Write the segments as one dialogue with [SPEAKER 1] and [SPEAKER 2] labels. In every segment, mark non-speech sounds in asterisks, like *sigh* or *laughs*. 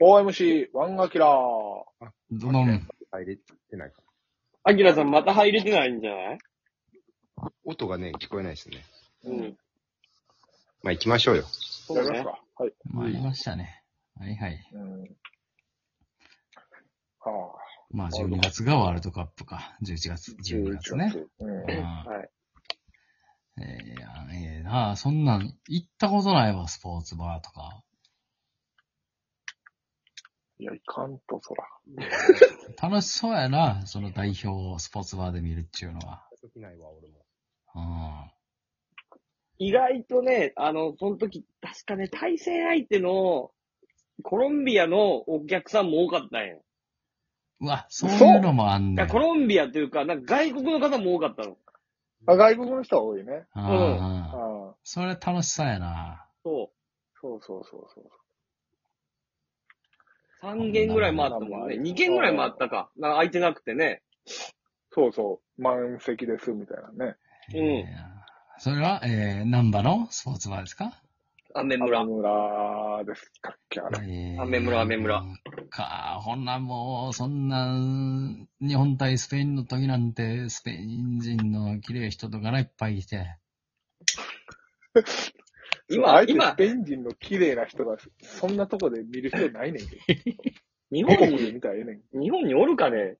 [SPEAKER 1] OMC、ワンアキラー。
[SPEAKER 2] どのん。
[SPEAKER 3] 入れてないか。
[SPEAKER 4] アキラさんまた入れてないんじゃない
[SPEAKER 3] 音がね、聞こえないですね。
[SPEAKER 4] うん。
[SPEAKER 3] まあ行きましょうよ。
[SPEAKER 1] や
[SPEAKER 4] そう
[SPEAKER 1] ります
[SPEAKER 4] ね。
[SPEAKER 1] か。はい。
[SPEAKER 2] まあ、ありましたね。はいはい。
[SPEAKER 1] うん。はあ、
[SPEAKER 2] まあ、12月がワールドカップか。11月、12月ね。
[SPEAKER 1] うん。
[SPEAKER 2] あ
[SPEAKER 4] はい。
[SPEAKER 2] あええやんええなあそんなん、行ったことないわ、スポーツバーとか。
[SPEAKER 1] いや、いかんと、そら。
[SPEAKER 2] 楽しそうやな、その代表をスポーツバーで見るっていうのは。
[SPEAKER 3] 時ないわ、俺も。
[SPEAKER 2] うん。
[SPEAKER 4] 意外とね、あの、その時、確かね、対戦相手の、コロンビアのお客さんも多かったんよ。
[SPEAKER 2] うわ、そういうのもあん
[SPEAKER 4] い
[SPEAKER 2] ね
[SPEAKER 4] や
[SPEAKER 2] ん。
[SPEAKER 4] コロンビアというか、なんか外国の方も多かったの。
[SPEAKER 1] あ外国の人は多いね。
[SPEAKER 2] うん
[SPEAKER 1] あ
[SPEAKER 2] うん
[SPEAKER 1] あ
[SPEAKER 2] それ楽しそうやな。
[SPEAKER 4] そう。そうそうそうそう。3軒ぐらい回ったもんね。2軒ぐらい回ったか。なんか空いてなくてね。
[SPEAKER 1] そうそう。満席です、みたいなね。
[SPEAKER 4] うん
[SPEAKER 2] ええやそれは、えー、難波のスポーツバーですか
[SPEAKER 4] アメ村
[SPEAKER 1] 雨。村でしたっけ、あれ。
[SPEAKER 2] ええ
[SPEAKER 4] 雨村雨村。
[SPEAKER 2] か、ほんなもう、そんな、日本対スペインの時なんて、スペイン人の綺麗い人とかがいっぱいいて。
[SPEAKER 4] 今
[SPEAKER 1] あえて
[SPEAKER 4] 今
[SPEAKER 1] スペイン人の綺麗な人が、そんなとこで見る人ないねん
[SPEAKER 4] *laughs*
[SPEAKER 1] けど。
[SPEAKER 4] 日
[SPEAKER 1] 母
[SPEAKER 4] 本
[SPEAKER 1] 国で
[SPEAKER 4] に、
[SPEAKER 1] 見たらええねんけ
[SPEAKER 4] 日本におるかね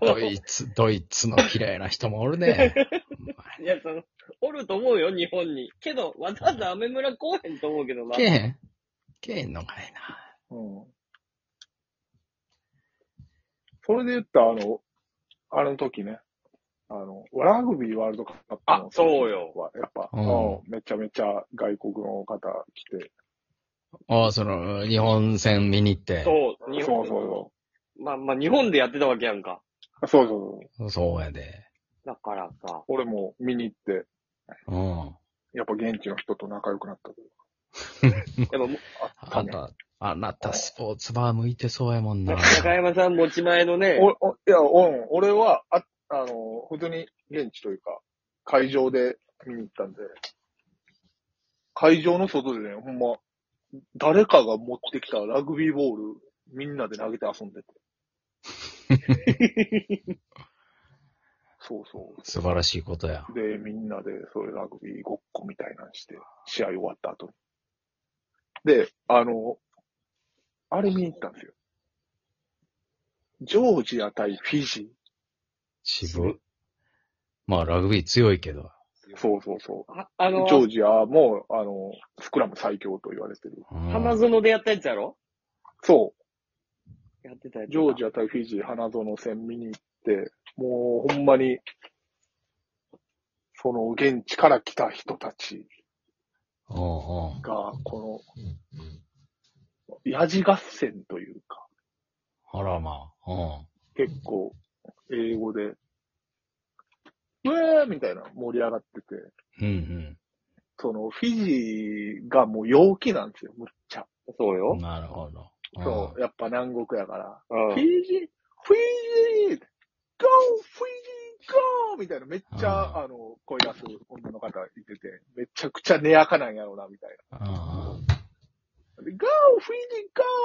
[SPEAKER 2] ドイツ、ドイツの嫌いな人もおるね。
[SPEAKER 4] いや、その、おると思うよ、日本に。けど、わざわざアメ村来へんと思うけどな
[SPEAKER 2] け。えへんけえへんのかいな。
[SPEAKER 1] ど。うん。それで言ったら、あの、あの時ね。あの、ラグビーワールドカップの
[SPEAKER 4] あそうよ
[SPEAKER 1] はやっぱ、
[SPEAKER 2] うん
[SPEAKER 1] うん、めちゃめちゃ外国の方来て、
[SPEAKER 2] ああ、その、日本戦見に行って。
[SPEAKER 4] そう、日
[SPEAKER 1] そ
[SPEAKER 4] 本。
[SPEAKER 1] うそうそ
[SPEAKER 4] まあまあ、日本でやってたわけやんか。
[SPEAKER 1] う。そうそうそう。
[SPEAKER 2] そうやで。
[SPEAKER 4] だからさ、
[SPEAKER 1] 俺も見に行って、
[SPEAKER 2] うん。
[SPEAKER 1] やっぱ現地の人と仲良くなった。
[SPEAKER 4] やっぱもう、
[SPEAKER 2] あなた、あなたスポーツバー向いてそうやもんな。
[SPEAKER 4] 中山さん持ち前のね、
[SPEAKER 1] おおいや、うん、俺は、あ、あの、普通に現地というか、会場で見に行ったんで、会場の外でね、ほんま、誰かが持ってきたラグビーボール、みんなで投げて遊んでて。
[SPEAKER 2] *laughs*
[SPEAKER 1] そうそ
[SPEAKER 2] 素晴らしいことや。
[SPEAKER 1] う。で、みんなで、それラグビーごっこみたいなのして、試合終わった後に。で、あの、あれ見に行ったんですよ。ジョージア対フィジー。
[SPEAKER 2] 渋。まあ、ラグビー強いけど。
[SPEAKER 1] そうそうそ
[SPEAKER 4] ああ
[SPEAKER 1] う。
[SPEAKER 4] の
[SPEAKER 1] ジ、ョージアも、あの、スクラム最強と言われてる。
[SPEAKER 2] うん
[SPEAKER 4] 花園でやったやつやろ
[SPEAKER 1] そ
[SPEAKER 4] やってたや
[SPEAKER 1] う。
[SPEAKER 4] つ。
[SPEAKER 1] ジョージア対フィジー、花園戦見に行って、もうほんまに、その現地から来た人たち
[SPEAKER 2] うんうん。
[SPEAKER 1] が、この、ヤジ合戦というか、
[SPEAKER 2] あらまあ。うん。
[SPEAKER 1] 結構、英語で、うえーみたいな盛り上がってて、
[SPEAKER 2] うん
[SPEAKER 1] そのフィジーがもう陽気なんですよ、むっちゃ。
[SPEAKER 4] そう
[SPEAKER 2] う
[SPEAKER 4] よ
[SPEAKER 2] ん。。なるほど。
[SPEAKER 1] そう、やっぱ南国やから。
[SPEAKER 4] うん
[SPEAKER 1] フィ。ジー、フィジー、ゴー、フィジー、ゴーみたいな、めっちゃ、
[SPEAKER 2] あ
[SPEAKER 1] あの、声出す女の方いてて、めちゃくちゃ寝やかなんやろうな、みたい
[SPEAKER 2] うん。うん
[SPEAKER 1] な。でゴー、フィジー、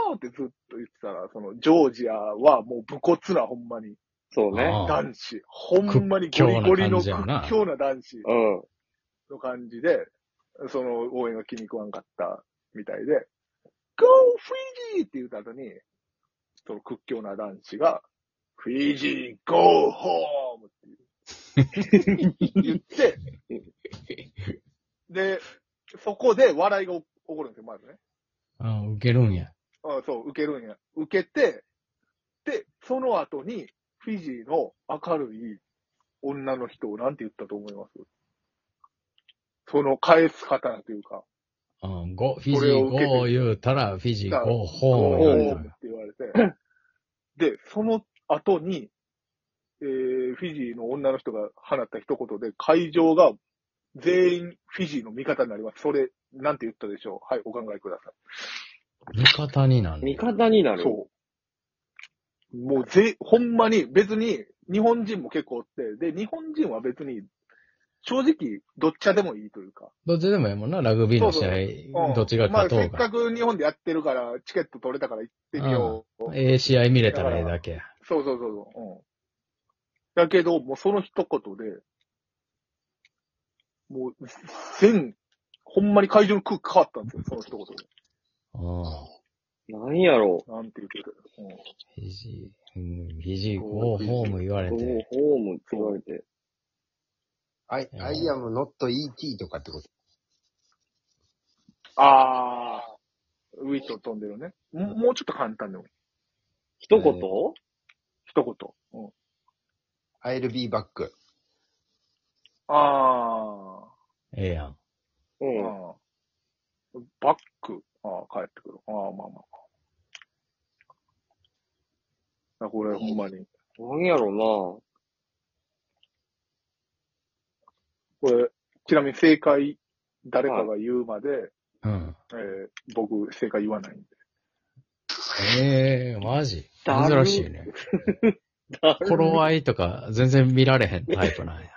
[SPEAKER 1] ゴーってずっと言ってたら、その、ジョージアはもう武骨な、ほんまに、
[SPEAKER 4] そうね。
[SPEAKER 2] ああ
[SPEAKER 1] 男子。ほんまにゴリゴリの
[SPEAKER 2] 屈強な感じやな
[SPEAKER 1] 屈強な男子
[SPEAKER 4] うん。
[SPEAKER 1] の感じで、その、応援が気に食わんかったみたいで、ゴー、フィジーって言った後に、その屈強な男子が、フィジー、ゴー、ホーム言って、で、そこで笑いが起こるんですよ、まずね。
[SPEAKER 2] あ受けるんや。
[SPEAKER 1] あそう、受けるんや。受けて、で、その後に、フィジーの明るい女の人をなんて言ったと思いますその返す刀というか、
[SPEAKER 2] うん、ご、フィ
[SPEAKER 1] こ
[SPEAKER 2] ジ
[SPEAKER 1] れ
[SPEAKER 2] ー
[SPEAKER 1] を受けて
[SPEAKER 2] 5言うたら、フィジー
[SPEAKER 1] だ
[SPEAKER 2] 5
[SPEAKER 1] ホ
[SPEAKER 2] ホーム
[SPEAKER 1] ー
[SPEAKER 2] 言わ
[SPEAKER 1] ム
[SPEAKER 2] れ
[SPEAKER 1] ったて言われて、で、その後に、えー、フィジーの女の人が放った一言で、会場が全員フィジーの味方になります。それ、なんて言ったでしょうはい、お考えください。
[SPEAKER 2] 味方になる。
[SPEAKER 4] 味方になる。
[SPEAKER 1] そう。もうぜ、ほんまに別に、日本人も結構おって、で、日本人は別に、正直、どっちでもいいというか。
[SPEAKER 2] どっちでもええもんな、ラグビーの試合
[SPEAKER 1] うん、
[SPEAKER 2] どっちが
[SPEAKER 1] まあ、
[SPEAKER 2] 勝と
[SPEAKER 1] せ
[SPEAKER 2] う
[SPEAKER 1] っか
[SPEAKER 2] が。
[SPEAKER 1] く日本でやってるから、チケット取れたから行ってみよう。
[SPEAKER 2] ええ試合見れたらええだけや。
[SPEAKER 1] そうそうそうそう。うん。だけど、もうその一言で、もう、全、ほんまに会場の空気変わったんですよ、その一言で。
[SPEAKER 2] うん。
[SPEAKER 4] なんやろ
[SPEAKER 1] なんて言ってる。うん。
[SPEAKER 2] 肘、うん、肘、ゴーホーム言わ
[SPEAKER 4] う。
[SPEAKER 2] れ
[SPEAKER 4] ホーム
[SPEAKER 2] て。、
[SPEAKER 4] ホームって言われて。
[SPEAKER 3] アイ、アイアムノット ET とかってこと
[SPEAKER 1] ああ、ウィット飛んでるね。ももうちょっと簡単でもいい。
[SPEAKER 4] 一言、
[SPEAKER 3] え
[SPEAKER 1] 一言。うん、
[SPEAKER 3] ?I'll be back.
[SPEAKER 1] あ
[SPEAKER 2] ええやん。
[SPEAKER 1] ー、
[SPEAKER 4] うん。
[SPEAKER 1] あーバック。ああ、帰ってくる。ああ、まあまあ。あこれほんまに。
[SPEAKER 4] なんやろ
[SPEAKER 1] これ、ちなみに正解、誰かが言うまで、
[SPEAKER 2] うん。
[SPEAKER 1] えー僕、正解言わないんで。
[SPEAKER 2] ええマジ。
[SPEAKER 4] だる
[SPEAKER 2] 珍しい
[SPEAKER 1] *laughs*
[SPEAKER 2] ね。
[SPEAKER 4] な。
[SPEAKER 2] 頃合いとか全然見られへんタイプなんや。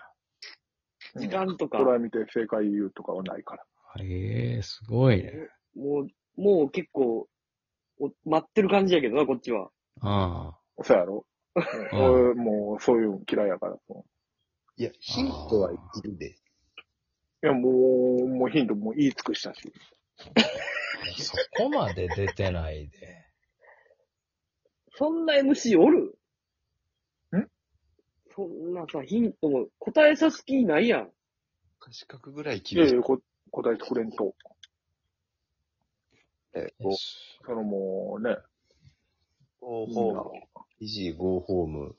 [SPEAKER 4] 時間とか
[SPEAKER 1] こ、れは見て正解言うとかはないから。
[SPEAKER 2] ええすごいね。
[SPEAKER 4] もう、もう結構、お待ってる感じやけどな、こっちは。
[SPEAKER 2] あ
[SPEAKER 1] そうやろ、
[SPEAKER 2] あ。
[SPEAKER 1] 俺もう、そういうの嫌いやから。も
[SPEAKER 3] いや、ヒントはいるで。
[SPEAKER 1] ういや、もう、もうヒントもう言い尽くしたし。
[SPEAKER 2] そこまで出てないで。
[SPEAKER 4] そんな MC おる
[SPEAKER 1] ん
[SPEAKER 4] そんなさ、ヒントも、答えさす気ないやん。
[SPEAKER 3] 四角ぐらい切
[SPEAKER 1] いやい
[SPEAKER 3] る。
[SPEAKER 1] や、こ答えてくれんと。
[SPEAKER 3] え
[SPEAKER 2] よ
[SPEAKER 3] ゴ
[SPEAKER 2] し
[SPEAKER 1] そのもうね、
[SPEAKER 3] ー
[SPEAKER 1] みん
[SPEAKER 3] ホー
[SPEAKER 1] な
[SPEAKER 3] ム。、EG ゴーホーム。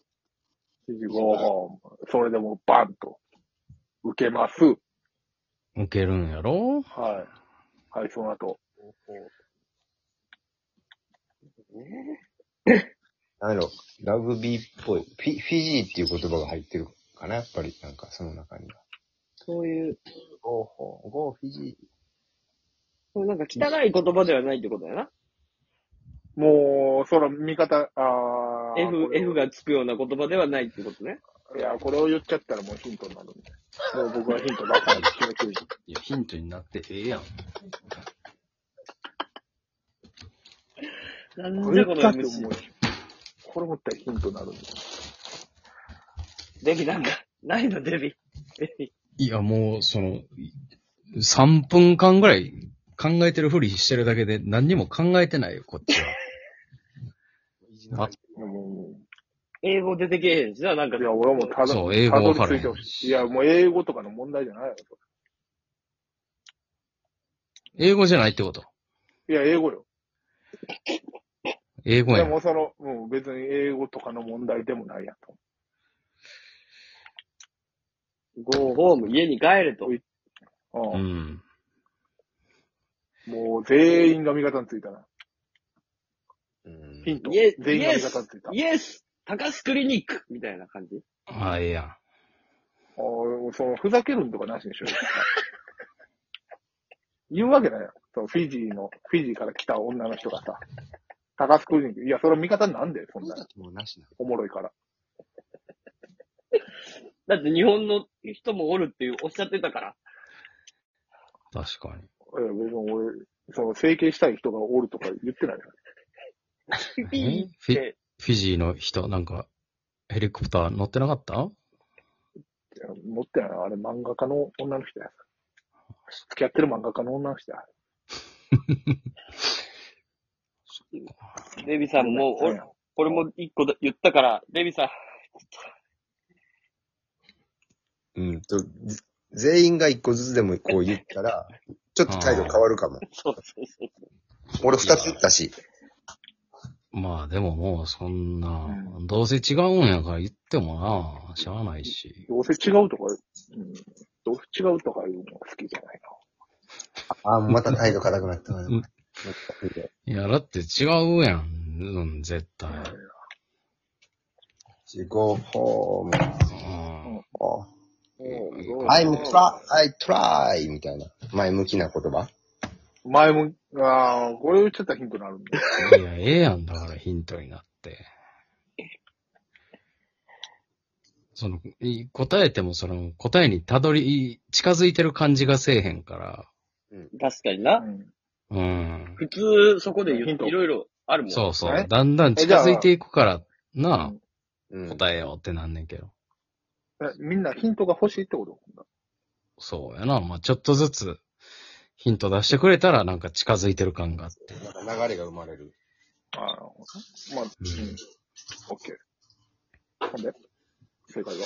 [SPEAKER 1] 指示ご本、それでもバンと、受けます。
[SPEAKER 2] 受けるんやろ
[SPEAKER 1] はい。はい、その後。
[SPEAKER 4] ね
[SPEAKER 3] なんやろ、ラグビーっぽい。フィフィジーっていう言葉が入ってるかな、やっぱり。なんか、その中には。
[SPEAKER 4] そういう、
[SPEAKER 3] ゴーホー、ゴーフィジ
[SPEAKER 4] そういうなんか汚い言葉ではないってことやな。
[SPEAKER 1] もう、その見方、あー
[SPEAKER 4] F
[SPEAKER 1] こ、れ
[SPEAKER 4] F がつくような言葉ではないってことね。
[SPEAKER 1] いや、これを言っちゃったらもうヒントになるんで。もう僕はヒントばっかり
[SPEAKER 4] *laughs*
[SPEAKER 1] 決めてる。
[SPEAKER 5] いや、ヒントになってええやん。
[SPEAKER 4] なん
[SPEAKER 1] こ
[SPEAKER 4] じ
[SPEAKER 1] れ
[SPEAKER 4] ゃ
[SPEAKER 1] 言っ
[SPEAKER 4] こ
[SPEAKER 1] た
[SPEAKER 4] の
[SPEAKER 1] って思う。
[SPEAKER 4] MC
[SPEAKER 1] これ持ったらヒントになるんで。
[SPEAKER 4] デビなんか、ないのデビ。デビ。
[SPEAKER 2] いや、もう、その、3分間ぐらい考えてるふりしてるだけで何にも考えてないよ、こっち
[SPEAKER 5] *laughs*
[SPEAKER 2] は。あ
[SPEAKER 3] ー。
[SPEAKER 1] も
[SPEAKER 4] 英語出てけえへんしな、なん
[SPEAKER 1] う
[SPEAKER 4] か
[SPEAKER 1] い。や、俺はもうただ、
[SPEAKER 2] そう英語わ
[SPEAKER 1] た
[SPEAKER 2] から
[SPEAKER 1] どり
[SPEAKER 2] へ
[SPEAKER 1] 着
[SPEAKER 2] ん
[SPEAKER 1] いてほしい。いや、もう英語とかの問題じゃないよ。
[SPEAKER 2] 英語じゃないってこと
[SPEAKER 1] いや、英語よ。
[SPEAKER 2] 英語
[SPEAKER 1] で
[SPEAKER 2] や
[SPEAKER 1] も
[SPEAKER 2] ん。
[SPEAKER 1] その、うん、別に英語とかの問題でもないやと。
[SPEAKER 4] ゴーホーム、家に帰れと。
[SPEAKER 1] うん
[SPEAKER 2] うん。
[SPEAKER 1] もう全員が味方についたな。
[SPEAKER 3] うん
[SPEAKER 1] ヒント。
[SPEAKER 4] イエス、
[SPEAKER 1] 全
[SPEAKER 4] イ
[SPEAKER 1] 員が
[SPEAKER 4] エ
[SPEAKER 1] 味
[SPEAKER 4] ス
[SPEAKER 1] 方についた。、
[SPEAKER 4] イエス、高須クリニックみたいな感じ。
[SPEAKER 2] ああ、ええやん。
[SPEAKER 1] あーそのふざけるんとかなしにしよう。 *laughs* 言うわけないやんそのフィジーの、フィジーから来た女の人がさ、高須クリニック。いや、それ味方になんで、そんな。
[SPEAKER 3] もうなしな。
[SPEAKER 1] おもろいから。
[SPEAKER 4] だって日本の人もおるっていうおっしゃってたから。
[SPEAKER 2] 確かに。
[SPEAKER 1] いや、別に俺、その整形したい人がおるとか言ってないから。
[SPEAKER 4] ピピーっ
[SPEAKER 2] フィ
[SPEAKER 4] て、
[SPEAKER 2] フィジーの人、なんか、ヘリコプター乗ってなかった
[SPEAKER 1] いや持ってないなあれ漫画家の女の人や。付き合ってる漫画家の女の人や。
[SPEAKER 4] デビさんもう、
[SPEAKER 1] そうや
[SPEAKER 4] 俺俺も一個だ言ったから、デビさん、
[SPEAKER 3] うんと、ぜ全員が一個ずつでもこう言ったら、ちょっと態度変わるかも。
[SPEAKER 4] そうそうそう。
[SPEAKER 3] 俺二つ言ったし。
[SPEAKER 2] まあでももうそんな、
[SPEAKER 1] う
[SPEAKER 2] どうせ違うんやから言ってもな、しゃあないし。
[SPEAKER 1] どうせ違うとか、うん、どうせ違うとか言うのが好きじゃないな。
[SPEAKER 3] あ、また態度硬くなった。
[SPEAKER 2] んいや、だって違うやん、うん、絶対。
[SPEAKER 3] ゴーホーム。
[SPEAKER 2] うん
[SPEAKER 3] *laughs* I'm try, I try みたいな。前向きな言葉。
[SPEAKER 1] 前も、ああ、これ言っちゃったらヒントになるん
[SPEAKER 4] *laughs*
[SPEAKER 1] で。
[SPEAKER 2] いや、ええやん、だからヒントになって。その、い答えてもその、答えにたどり、近づいてる感じがせえへんから。
[SPEAKER 4] 確かに
[SPEAKER 1] う
[SPEAKER 4] な。
[SPEAKER 1] ん
[SPEAKER 2] うん。
[SPEAKER 4] 普通、そこで
[SPEAKER 1] ヒ
[SPEAKER 4] 言
[SPEAKER 1] ン
[SPEAKER 4] って、
[SPEAKER 1] ト
[SPEAKER 4] いろいろあるもん。
[SPEAKER 2] そうそ
[SPEAKER 1] え
[SPEAKER 2] う。だんだん近づいていくから、な
[SPEAKER 3] う
[SPEAKER 2] あ、
[SPEAKER 3] ん。
[SPEAKER 2] 答えようってなんねんけど。
[SPEAKER 1] えみんなヒントが欲しいってこと
[SPEAKER 2] そうやな。まあ、ちょっとずつ、ヒント出してくれたら、なんか近づいてる感があって。
[SPEAKER 3] なんか流れが生まれる。
[SPEAKER 1] ああ、なるほどまあ、うん。オッケー。ほんで正解は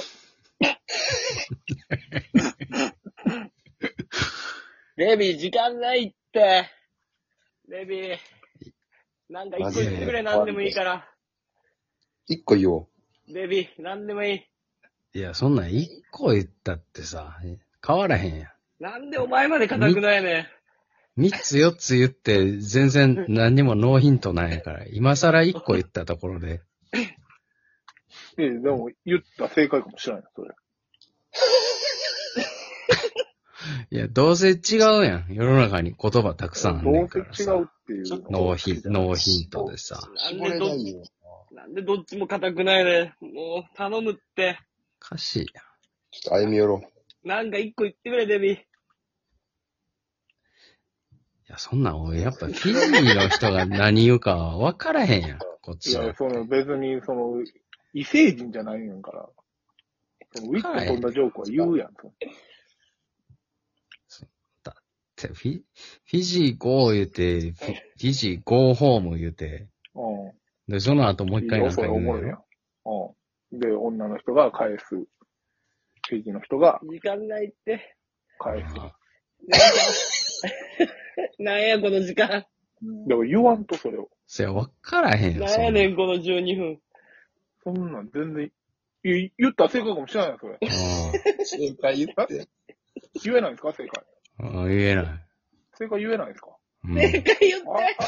[SPEAKER 4] レビー、時間ないって。レビー、なんか一個言ってくれ、
[SPEAKER 3] マジで
[SPEAKER 4] なんでもいいから。
[SPEAKER 3] 一個言おう。
[SPEAKER 4] レビー、なんでもいい。
[SPEAKER 2] いや、そんなん一個言ったってさ、変わらへんやん。
[SPEAKER 4] なんでお前まで硬くないね
[SPEAKER 2] 三つ四つ言って、全然何にもノーヒントなんやから、今更一個言ったところで、
[SPEAKER 1] ええ、でも、言った正解かもしれないな、それ。
[SPEAKER 2] いや、どうせ違うやん。世の中に言葉たくさんあんねんからさ。
[SPEAKER 1] どうせ違うっていう
[SPEAKER 2] ノー
[SPEAKER 1] の
[SPEAKER 2] ヒンノーヒントでさ。
[SPEAKER 4] なん
[SPEAKER 3] 絞
[SPEAKER 4] で
[SPEAKER 3] れ
[SPEAKER 4] どっ
[SPEAKER 3] ない
[SPEAKER 4] ち、
[SPEAKER 3] よ
[SPEAKER 4] なんでどっちも硬くないねもう、頼むって。
[SPEAKER 2] おかしいやん。
[SPEAKER 3] ちょっと歩み寄ろう。
[SPEAKER 4] なんか一個言ってくれ、レビー。
[SPEAKER 2] いや、そんなん俺、やっぱフィジーの人が何言うかは分からへんやん。こっ
[SPEAKER 1] い
[SPEAKER 2] ち
[SPEAKER 1] や
[SPEAKER 2] は、。
[SPEAKER 1] その別に、その、異星人じゃないねんから。そのウィット飛んだジョークは言うやん。
[SPEAKER 2] てフィフィジー GO 言うて、フィフィジー GO ホーム言うて、
[SPEAKER 1] うん。
[SPEAKER 2] で、その後もう一回なんか
[SPEAKER 1] それ
[SPEAKER 2] 言
[SPEAKER 1] お
[SPEAKER 2] う
[SPEAKER 1] も
[SPEAKER 2] の
[SPEAKER 1] ろいや
[SPEAKER 2] よ。
[SPEAKER 1] ん。うん。で、女の人が返す。フィジーの人が
[SPEAKER 4] 時間ないって。
[SPEAKER 1] 返す。
[SPEAKER 2] あ
[SPEAKER 4] なんや、この時間。
[SPEAKER 1] でも言わんと、それを。
[SPEAKER 2] そや、分からへんよ。
[SPEAKER 4] な
[SPEAKER 2] そ
[SPEAKER 4] ん
[SPEAKER 2] ん
[SPEAKER 4] や
[SPEAKER 2] な
[SPEAKER 4] ねん、この12分。
[SPEAKER 1] そんなん全然、い言ったら正解かもしれないやん、それ。
[SPEAKER 3] *laughs* 正解言って。
[SPEAKER 1] 言えないんですか正解。
[SPEAKER 2] うんうん。言えない。
[SPEAKER 1] 正解言えないんですか
[SPEAKER 2] うん
[SPEAKER 4] 正解言って
[SPEAKER 1] あ